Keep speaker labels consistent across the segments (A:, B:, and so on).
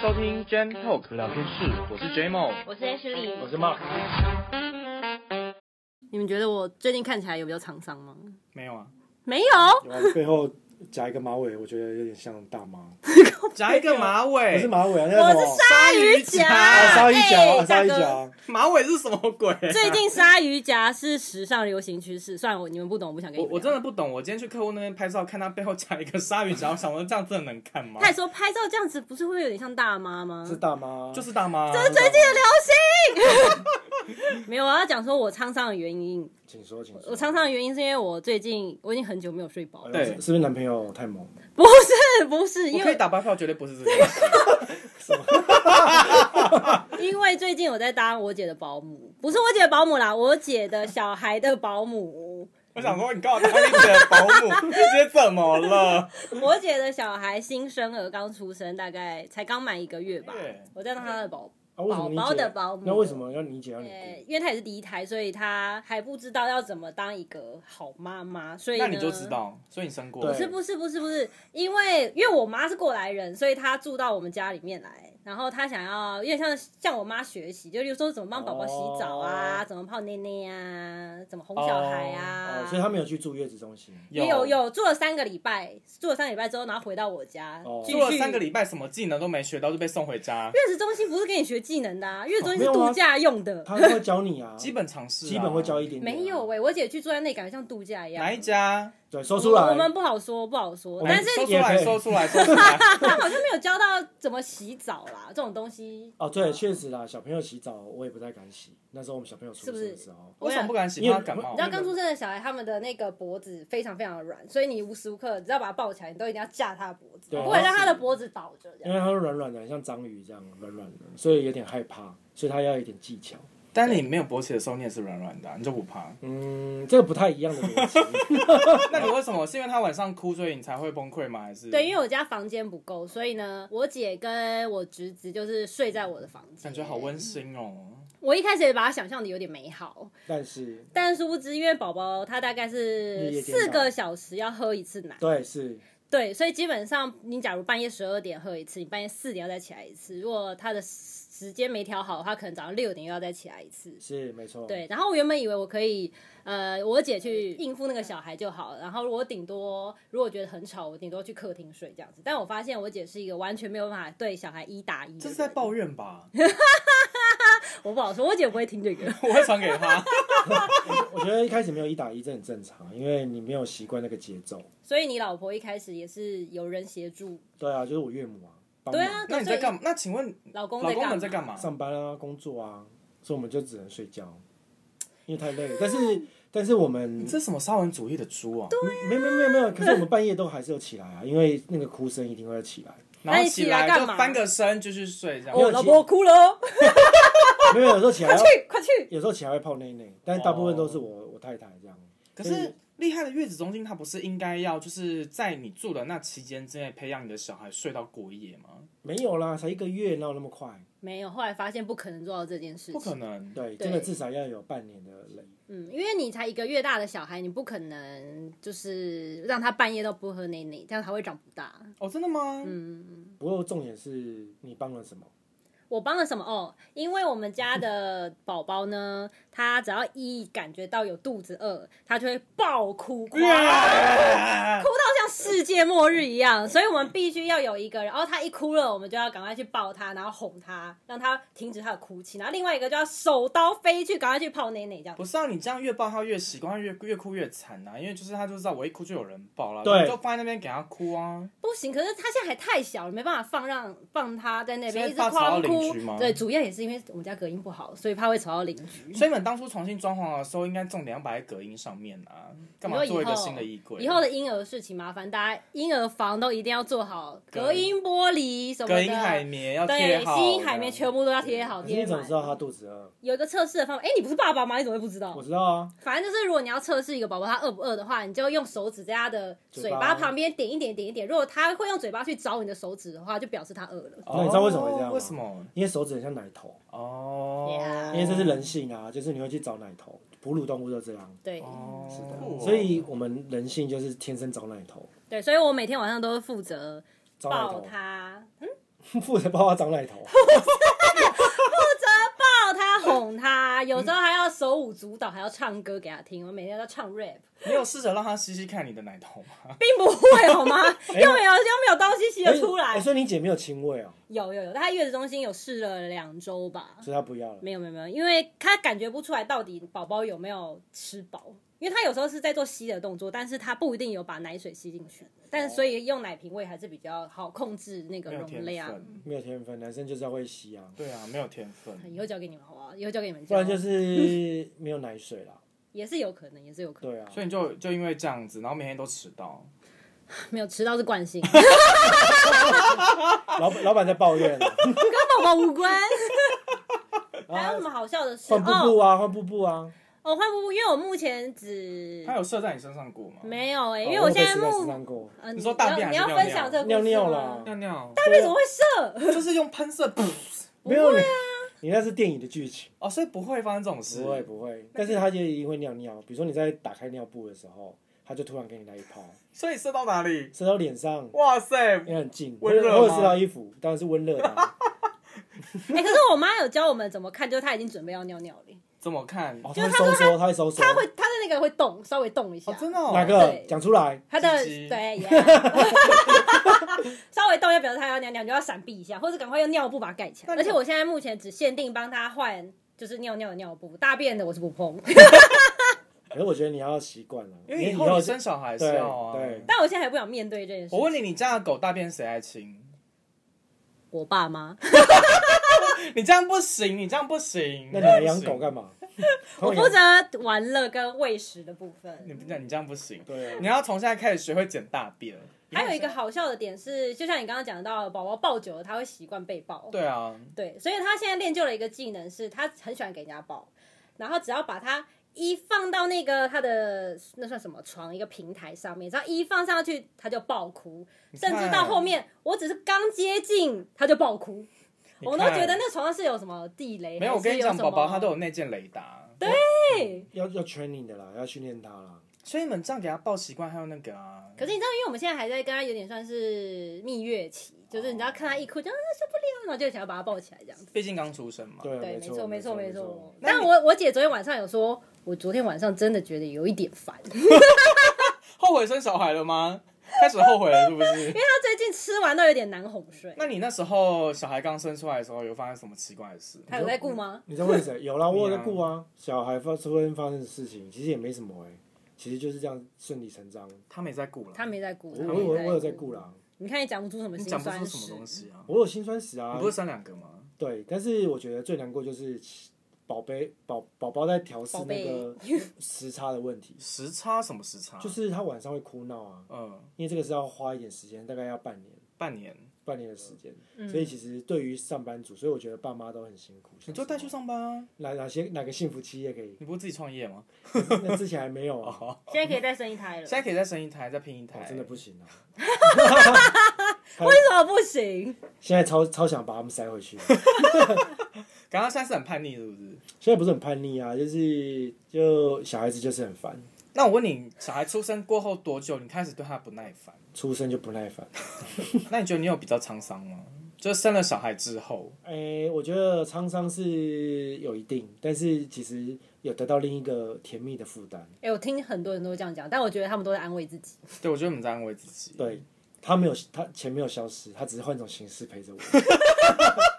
A: 收听 Gen Talk 聊天室，我是 JMO，
B: 我是 H 丽，
A: 我是 Mark。
C: 你们觉得我最近看起来有比较沧桑吗？哦
A: 没有啊，
C: 没有，
D: 然后背后夹一个马尾，我觉得有点像大妈，
A: 夹一个马
D: 不
A: 尾
D: 是，马尾啊，那
C: 我
D: 叫
C: 是
D: 什么？
C: 鲨鱼
A: 鲨鱼夹
D: 啊，
C: 夹，
D: 鲨鱼夹
C: 哎
D: 啊，鲨
C: 大哥
D: 鱼。夹，
A: 马尾是什么鬼、
C: 最近鲨鱼夹是时尚流行趋势，虽然我你们不懂，我不想跟
A: 我
C: 你们
A: 我真
C: 聊。
A: 的不懂，我今天去客户那边拍照，看他背后夹一个鲨鱼夹，我想说这样真的能看吗
C: 他？还说拍照这样子不是会有点像大妈吗？
D: 是大妈，
A: 就是大妈，
C: 最近的流行。没 有，我要讲说我沧桑的原因。
D: 请说，请说。
C: 我沧桑的原因是因为我最近我已经很久没有睡饱了。
A: 对
D: 是是不是男朋友太猛了？
C: 不是不是，
A: 我
C: 因
A: 可以
C: 为
A: 打包票，绝对不是这个东西。
C: 因为最近我在当我姐的保姆，不是我姐的保姆啦，我姐的小孩的保姆。
A: 我想说，你告诉他你的保姆，这些怎么 了？
C: 我姐的小孩新生儿刚出生，大概才刚满一个月吧
A: 对，
C: 我在当她的保，
D: 啊，为什么你姐
C: 宝宝的保姆
D: 那为什么要你姐要你
C: 呃
D: 姑？，
C: 因为她也是第一胎，所以她还不知道要怎么当一个好妈妈，所以呢
A: 那你就知。道，所以你生过。
C: 不是不是不是不是，因为因为我妈是过来人，所以她住到我们家里面来，然后她想要有点像向我妈学习，就例如说怎么帮宝宝洗澡啊，
D: 哦
C: 怎么泡奶奶啊，怎么哄小孩啊，
D: 哦，所以他没有去住月子中 心，
C: 也有有住了三个礼拜，住了三个礼拜之后，然后回到我家，
D: 哦
C: 继续
A: 做了三个礼拜，什么技能都没学到就被送回 家，
C: 月子中心不是给你学技能的、啊，月子中心是
D: 哦没有啊
C: 度假用的。
D: 他会教你啊，
A: 基本常识、啊，
D: 基本会教一点点啊。
C: 没有哎喂、我姐去住在那，感觉像度假一样。
A: 哪一家？
D: 对，说出来。
C: 我们不好说，不好说。
D: 啊我们
C: 但是
A: 说出
D: 也可
A: 来，
D: 以
A: 说出来，说出来。
C: 她好像没有教到怎么洗澡啦，这种东西
D: 哦，对，确实啦，小朋友洗澡我也不太敢洗，那时候我们小朋友出
C: 是不
D: 生
C: 是
D: 的时候，
A: 为什么不敢洗？
D: 因为
A: 怕他感冒
C: 你知。道刚出生的小孩，他们的那个脖子非常非常的软，所以你无时无刻只要把他抱起来，你都一定要架他的脖子，
D: 对嗯
C: 不能让他的脖子倒着这
D: 因
C: 样。
D: 为他软软的，像章鱼这样软软的，所以有点害怕，所以他要有点技巧。
A: 但你没有勃起的时候，你也是软软的啊、你就不 怕。
D: 嗯，这个不太一样的逻辑。
A: 那你为什么？是因为他晚上哭，所以你才会崩溃吗？还是
C: 对，因为我家房间不够，所以呢，我姐跟我侄子就是睡在我的房间，
A: 感觉好温。馨哦。
C: 我一开始也把它想象的有点美好，
D: 但是，
C: 但殊不知，因为宝宝他大概
D: 日
C: 是
D: 夜颠倒
C: 四个小时要喝一次奶，
D: 对，是
C: 对，所以基本上你假如半夜十二点喝一次，你半夜四点要再起来一次。如果他的时间没调好的话，可能早上六点又要再起来一次。
D: 是没错。
C: 对，然后我原本以为我可以，呃，我姐去应付那个小孩就好，然后我顶多如果觉得很吵，我顶多去客厅睡这样子。但我发现我姐是一个完全没有办法对小孩一打一的人，
A: 这是在抱怨吧？
C: 我不好说，我姐不会听这个。
A: 我会传给 他。
D: 我觉得一开始没有一打一，这很正常，因为你没有习惯那个节奏。
C: 所以你老婆一开始也是有人协助，
D: 对啊，就是我岳母啊，帮
C: 对
D: 忙
C: 啊，
A: 那你在
C: 所以
A: 干嘛？那请问
C: 老公
A: 老公们
C: 在
A: 在
C: 干
A: 干
C: 嘛？
A: 嘛？
D: 上班啊，工作啊，所以我们就只能睡觉，因为太累了。但是，但是我们
A: 你这什么沙文主义的猪啊？
D: 没没没有没有，可是我们半夜都还是有起来啊，因为那个哭声一定会起来。
A: 然后
C: 那你
A: 起
C: 起来
A: 来
C: 干
A: 就
C: 嘛
A: 翻个身，继续睡这样。
D: 没
C: 哦，
D: 有
C: 老婆哭了哦，
D: 没有，有时候起来
C: 快
D: 要，
C: 去快去！
D: 有时候起来会泡内内，但大部分都是我我太太这样。
A: 可是厉害的月子中心，它不是应该要就是在你住的那期间之内培养你的小孩睡到过夜吗？
D: 没有啦，才一个月，哪有那么快？
C: 没有，后来发现不可能做到这件事情，
A: 不可。能。
C: 对
D: 对，真的至少要有半年的累。
C: 嗯，因为你才一个月大的小孩，你不可能就是让他半夜都不喝奶奶，这样他会长不大。
A: 哦，真的吗？
C: 嗯
D: 不过重点是你帮了什么？
C: 我帮了什么？哦，因为我们家的宝宝呢，他只要一感觉到有肚子饿，他就会爆哭，哭
A: 啊
C: 到像世界末日一样。所以我们必须要有一个，然后他一哭了，我们就要赶快去抱他，然后哄他，让他停止他的哭泣。然后另外一个就要手刀飞去，赶快去泡奶奶，这样。
A: 不是啊，你这样越抱他越习惯，越越哭越惨啊呐、因为就是他就知道我一哭就有人抱了，
D: 对
A: 你就放在那边给他哭啊。
C: 不行，可是他现在还太小了，没办法放让放他在那
A: 所以
C: 边一直
A: 怕吵到
C: 狂
A: 邻
C: 哭
A: 居吗。
C: 对，主要也是因为我们家隔音不好，所以怕会吵到邻居。
A: 所以你们当初重新装潢的时候，应该重点要摆在隔音上面啊，干嘛
C: 你说以
A: 做一个
C: 后
A: 新的衣柜？
C: 以后的婴儿事情麻烦大家，婴儿房都一定要做好隔音玻璃什么的，
A: 隔音海绵要贴
C: 对，
A: 好，
C: 吸音海绵全部都要贴好
D: 可是你
C: 贴
D: 怎
C: 满
D: 么。知道他肚子饿？
C: 有一个测试的方法，哎，你不是爸爸吗？你怎么会不知道
D: 我？知道啊，
C: 反正就是如果你要测试一个宝宝他饿不饿的话，你就用手指在他的嘴
D: 嘴巴
C: 巴旁边点一点点一点，如果他会用嘴巴去找你的手指的话，就表示他饿了。
A: 哦。
D: 那你知道为什么会这样吗
A: 为什么？
D: 因为手指很像奶头，
A: 哦，
D: 因为这是人性啊，就是你会去找奶头，哺乳动物都这样。
C: 对。
A: 哦，是
D: 所以我们人性就是天生找奶头，
C: 对，所以我每天晚上都会负责
D: 找奶
C: 抱
D: 头，
C: 他，嗯，
D: 负责帮他长 奶头，
C: 抱他哄他，有时候还要手舞足蹈，还要唱歌给他听。我每天都唱 rap，
A: 你有试着让他吸吸看你的奶头吗？
C: 并不会好吗？又 没有又没有东西吸得出
D: 哎
C: 来
D: 哎。所以你姐没有亲喂哦，
C: 有有有，但他月子中心有试了两周吧，
D: 所以她不要了。
C: 没有没有没有，因为他感觉不出来到底宝宝有没有吃饱，因为他有时候是在做吸的动作，但是他不一定有把奶水吸进去，但是所以用奶瓶喂还是比较好控制那个
A: 没有
C: 容
A: 天
C: 量。
A: 分，
D: 没有天分，男生就是要会吸啊，
A: 对啊，没有天分。
C: 以后交给你们好不好？以后交给你们
D: 不
C: 教，
D: 然就是没有奶水啦。
C: 也是有可能，也是有可能
D: 对啊，
A: 所以你就就因为这样子，然后每天都迟到，
C: 嗯没有吃到是惯性，
D: 老老板在抱怨啊 了，
C: 跟宝宝无关。 还有
D: 啊
C: 什，么好笑的事？
D: 换布
C: 哦
D: 布啊，换布布啊，
C: 哦，换布布，因为我目前只
A: 他有射在你身上过吗？
C: 没有哎、
D: 哦
C: 因为我
D: 被
C: 现在
D: 吃奶吃
C: 目
D: 上过，
C: 呃，
A: 你说大便还是
C: 要你要
A: 尿
C: 分
A: 尿
C: 享这个故
D: 尿
C: 事
D: 尿
C: 吗
D: 啦？
A: 尿尿，
C: 大便怎么啊会射？
A: 就是用喷射， 噗
D: 啊没有你，你那是电影的剧情，
A: 哦，所以不会发生这种事。
D: 不会不会，但是他就一定会尿尿，比如说你在打开尿布的时候，他就突然给你来一泡，
A: 所以射到哪里？
D: 射到脸上，
A: 哇塞！
D: 也很近，或
A: 温热
D: 者
A: 吗
D: 或者射到衣服，当然是温热的 啊，
C: 哎、可是我妈有教我们怎么看，就是她已经准备要尿尿 了。
A: 怎么看？
D: 哦，
C: 就
D: 他
C: 是
D: 会
C: 他
D: 收缩，他会收缩，
C: 他会，他的那个会动，稍微动一下。
A: 哦，真的哦
D: 哪
C: 对
D: 个讲出来？
C: 他的
A: 鸡鸡
C: 对，yeah 稍微动一下，表示他要尿尿，你就要闪避一下，或者赶快用尿布把它盖起来。
A: 那
C: 而
A: 你
C: 且我现在目前只限定帮他换，就是尿尿的尿布，大便的我是不碰。
D: 可是我觉得你要习惯了，
A: 因为以
D: 以
A: 后
D: 后
A: 你生小孩是
D: 对
A: 要啊。
D: 对
C: 但我现在还不想面对这件事。
A: 我问你，你家的狗大便谁爱亲？
C: 我爸妈，
A: 你这样不行，你这样不行。
D: 那你还
A: 这样
D: 养
A: 不行
D: 狗？干嘛？
C: 我负责玩乐跟喂食的部
A: 你
C: 分。
A: 不这样，你这样不行。
D: 对啊
A: 你，要从现在开始学会捡大便。
C: 还有一个好笑的点是，就像你刚刚讲到，宝宝抱久了，他会习惯被抱。
A: 对啊，
C: 对，所以他现在练就了一个技能，是他很喜欢给人家抱，然后只要把他一放到那个他的那算什么床一个平台上面，只要一放上去他就爆哭，甚至到后面我只是刚接近他就爆哭，
A: 你
C: 我
A: 看
C: 都觉得那床上是有什么地雷，
A: 没有。
C: 还
A: 我跟
C: 是
A: 你讲，
C: 什么啊
A: 宝宝他都有内建雷达，
C: 对。
D: 要要 training 的啦，要训练他啦。
A: 所以你们这样给他抱习惯，还有那个啊。
C: 可是你知道，因为我们现在还在跟他有点算是蜜月期，就是你知道看他一哭就啊受不了，然后就想要把他抱起来这样子。
A: 毕竟刚出生嘛。
D: 对，
C: 对，没
D: 错，
C: 没
D: 没
C: 错，
D: 没
C: 错。。
A: 那
C: 但
A: 你
C: 我我姐昨天晚上有说，我昨天晚上真的觉得有一点烦， 因为
A: 后悔生小孩了吗？开始后悔了是不是？
C: 她最近吃完都有点难哄睡。
A: 那你那时候小孩刚生出来的时候，有发生什么奇怪的事吗？
C: 她有在顾吗？
D: 你在问谁？有 啦，我有
A: 你
D: 在
A: 啊
D: 顾啊。小孩发出生发生的事情，其实也没什么哎、其实就是这样顺理成章。
A: 他没在顾了，
C: 她没在顾，
D: 我
C: 她
D: 我
C: 没
D: 嗯我我有在顾。
A: 嗯
D: 啦，
C: 你看你讲不出什么
A: 你
C: 心
A: 讲不
C: 酸
A: 出
C: 史
A: 什么东。西啊。
D: 我有心酸史
A: 你
D: 啊
A: 不。是生两个吗？
D: 对，但是我觉得最难过就是宝贝宝宝宝在调试
C: 宝
D: 那
C: 贝
D: 个时差的问题，
A: 时差什么时差？
D: 就是他晚上会哭闹啊，
A: 嗯，
D: 因为这个是要花一点时间，大概要半年。
A: 半年，
D: 半年的时间，
C: 嗯
D: 所以其实对于上班族，所以我觉得爸妈都很辛苦。
A: 你就带去上班啊。
D: 哪哪些哪个幸福企业可以？
A: 你不是自己创业吗？
D: 那之前还没有
A: 哦
D: 啊，
C: 现在可以再生一胎了，
A: 现在可以再生一台，再拼一
D: 我
A: 台，
D: 真的不行啊！
C: 为什么不行？
D: 现在超超想把他们塞回去，
A: 刚刚现在是很叛逆，是不是？
D: 现在不是很叛逆啊，就是就小孩子就是很烦，
A: 那我问你，小孩出生过后多久，你开始对他不耐 烦？
D: 出生就不耐烦。
A: 那你觉得你有比较沧桑吗？就是生了小孩之后，
D: 哎、我觉得沧桑是有一定，但是其实有得到另一个甜蜜的负担。
C: 哎、我听很多人都这样讲，但我觉得他们都在安慰自己。
A: 对我觉得我们在安慰自己。
D: 对，他没有他钱没有消失，他只是换种形式陪着我。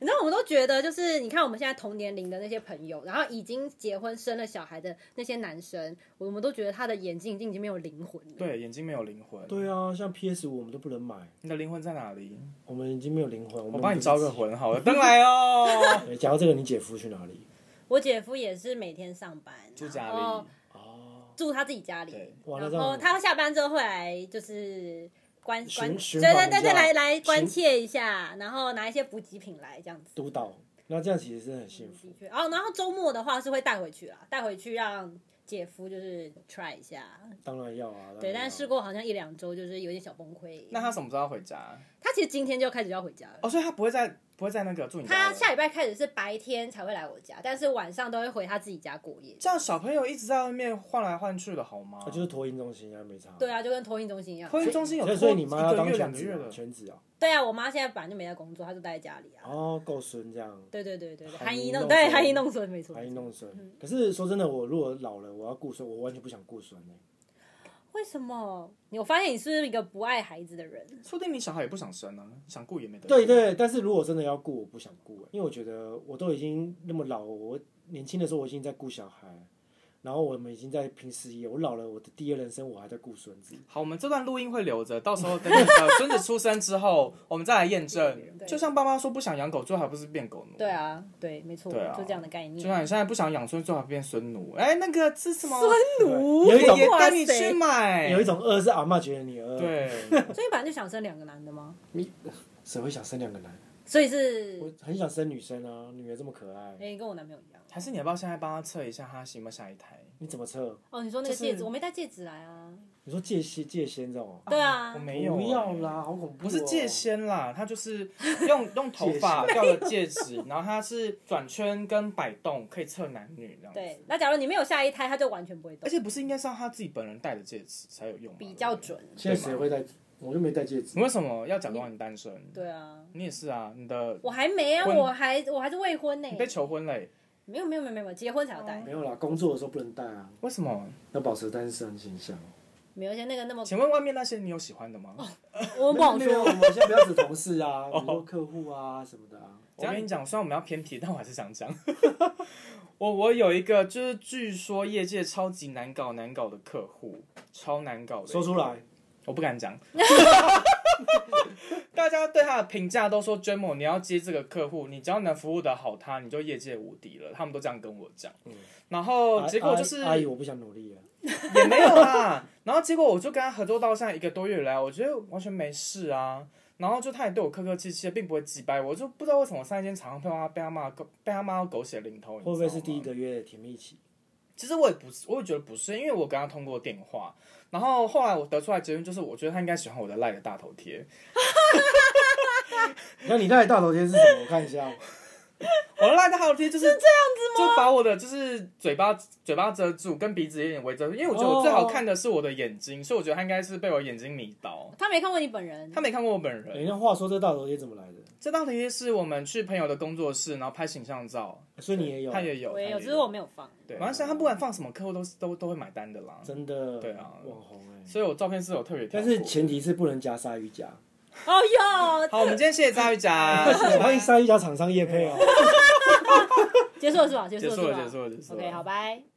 C: 你知道，我们都觉得就是，你看我们现在同年龄的那些朋友，然后已经结婚生了小孩的那些男生，我们都觉得他的眼睛已经已经没有灵魂了。
A: 对，眼睛没有灵魂，
D: 对啊，像 PS 五我们都不能买，
A: 你的灵魂在哪里？
D: 我们已经没有灵魂。我
A: 我
D: 们
A: 帮你
D: 不是
A: 招
D: 自
A: 个
D: 己
A: 魂好了，登来哦。
D: 对，讲到这个，你姐夫去哪里？
C: 我姐夫也是每天上班，啊
A: 住
C: 然
A: 家
C: 后
A: 里，哦
C: 住他自己家里
A: 对，
D: 哇那
C: 然
D: 这样
C: 后
D: 很
C: 他下班之后会来就是关
D: 巡
C: 关，对
D: 巡
C: 对
D: 访
C: 对
D: 一
C: 对，
D: 下
C: 来来关
D: 巡
C: 切一下，然后拿一些补给品来这样子。
D: 督导，那这样其实是很幸福
C: 的。确，哦，然后周末的话是会带回去啦，带回去让姐夫就是 try 一下，
D: 当然要啊，
C: 对，
D: 当然
C: 但
D: 要
C: 试过好像一两周就是有点小崩溃。
A: 那他什么时候要回家？
C: 他其实今天就开始要回家了。
A: 哦，所以他不会在不会在那个住你家
C: 他
A: 了。
C: 下礼拜开始是白天才会来我家，但是晚上都会回他自己家过夜。
A: 这样小朋友一直在外面换来换去的好吗？
D: 啊，就是托婴中心啊，没差。
C: 对啊，就跟托运中心一样。
A: 托运中心有
D: 所以，
A: 托
D: 所以你妈要
A: 一个
D: 当
A: 月两
D: 全
A: 个
D: 职
A: 月
D: 啊，
A: 的，
D: 全职啊，
C: 对啊，我妈现在本来就没在工作，她就待在家里啊。
D: 哦，够孙这样，
C: 对对对对对，
D: 含
C: 含饴
D: 饴
C: 弄
D: 弄
C: 对
D: 孙
C: 含饴弄孙没错。
D: 含
C: 没
D: 饴
C: 错
D: 弄孙。嗯可是说真的，我如果老了，我要顾孙，我完全不想顾孙欸
C: 为什么？你我发现你是不是一个不爱孩子的人？
A: 说不定你小孩也不想生啊，想顾也没得。
D: 对，对，但是如果真的要顾，我不想顾欸，因为我觉得我都已经那么老了，我年轻的时候我已经在顾小孩，然后我们已经在拼事业，我老了，我的第二人生我还在顾孙子。
A: 好，我们这段录音会留着，到时候等你呃孙子出生之后， 我们再来验证。
C: 对
A: 就像爸妈说不想养狗，最后还不是变狗奴？
C: 对啊，对，没错，
A: 嗯对啊
C: 就这样的概
A: 就
C: 念。
A: 像你现在不想养孙，最后还变孙奴。哎，那个是什么？
D: 奴有一种
A: 爷爷
C: 哇
A: 带
C: 塞
A: 你去买。
D: 有一种饿是阿嬷觉得你饿，，
A: 对，
C: 所以本来就想生两个男的吗？
D: 谁会想生两个男？
C: 所以是
D: 我很想生女生啊，女儿这么可爱，
C: 哎、跟我男朋友一样。
A: 还是你要不要现在帮他测一下他有没有下一胎？
D: 你怎么测？
C: 哦，你说那个
A: 就是
C: 戒指，我没带戒指来啊。
D: 你说界仙界仙这种哦，
C: 对啊
A: 我，没有。欸
D: 不要。啦，好恐怖、哦！
A: 不是戒，仙啦，他就是用用头发掉了戒指，然后他是转圈跟摆动，可以测男女这样子。
C: 对。那假如你没有下一胎，他就完全不会动
A: 而，且不是应该是要他自己本人戴的戒指才有用吗？
C: 比较准。
D: 现在谁会戴？我就没戴戒指
A: 你，为什么要假装你单身？
C: 对啊，
A: 你也是啊，你的
C: 我还没啊，
A: 婚
C: 我还我还是未婚呢、
A: 你被求婚嘞？
C: 没有没有没有没有，结婚才要戴。
D: 没有啦，工作的时候不能戴啊，
A: 为什么？
D: 要保持单身形象。
C: 没有，而且那个那么，
A: 请问外面那些你有喜欢的
C: 哦
A: 吗？
C: 我不好
D: 没有，
C: 说。
D: 我们先不要指同事 啊，比如说客户啊什么的啊。
A: 我哦跟你讲，虽然我们要偏题，但我还是想讲。 我我有一个，就是据说业界超级难搞难搞的客户，超难搞的。
D: 说出来，
A: 我不敢讲。 大家对他的评价都说 j e m 你要接这个客户，你只要能服务的好他，你就业界无敌了。他们都这样跟我讲。
D: 嗯
A: 然后
D: 阿
A: 哦结果就是
D: 阿阿姨，我不想努力了。
A: 也没有啦。然后结果我就跟他合作到现在一个多月以来，我觉得完全没事啊。然后就他也对我客客气气的，并不会击败我，我就不知道为什么我上一间厂被他被他骂狗被他骂到狗血淋哦头，你知
D: 会不会是
A: 道吗
D: 第一个月的甜蜜期？
A: 其实我也不是，我也觉得不是，因为我跟他通过电话，然后后来我得出来结论就是，我觉得他应该喜欢我的赖的大头贴。
D: 那你那里大头贴是什么？我看 一下。
A: 我的赖的大头贴就是这样子吗？就把我的就是嘴巴嘴巴遮住，跟鼻子有点围遮住，因为我觉
D: 哦
A: 得我最好看的是我的眼睛，所以我觉得他应该是被我眼睛迷倒。
C: 他没看过你本人，
A: 他没看过我本人，
D: 人家哎话说这大头贴怎么来的？
A: 这道题是我们去朋友的工作室，然后拍形象照，
D: 所以你也有
A: 他？也有，
C: 我也有，
A: 他
C: 只是我没有放。
A: 对，反正他不管放什么客户都是都都会买单的啦，
D: 真的。
A: 对啊
D: 网红哎。
A: 所以我照片是有特别挑
D: 但
A: 过的。
D: 是前提是不能加鲨鱼夹。
C: 哦哟，
A: 好，我们今天谢谢张玉 佳，
D: 欢迎鲨鱼夹厂商叶配哦。
C: 结束了是吧？结
A: 结
C: 束
A: 束了，
C: 了
A: 结
C: 是吧
A: 束了，结束了。
C: ？OK，好，拜。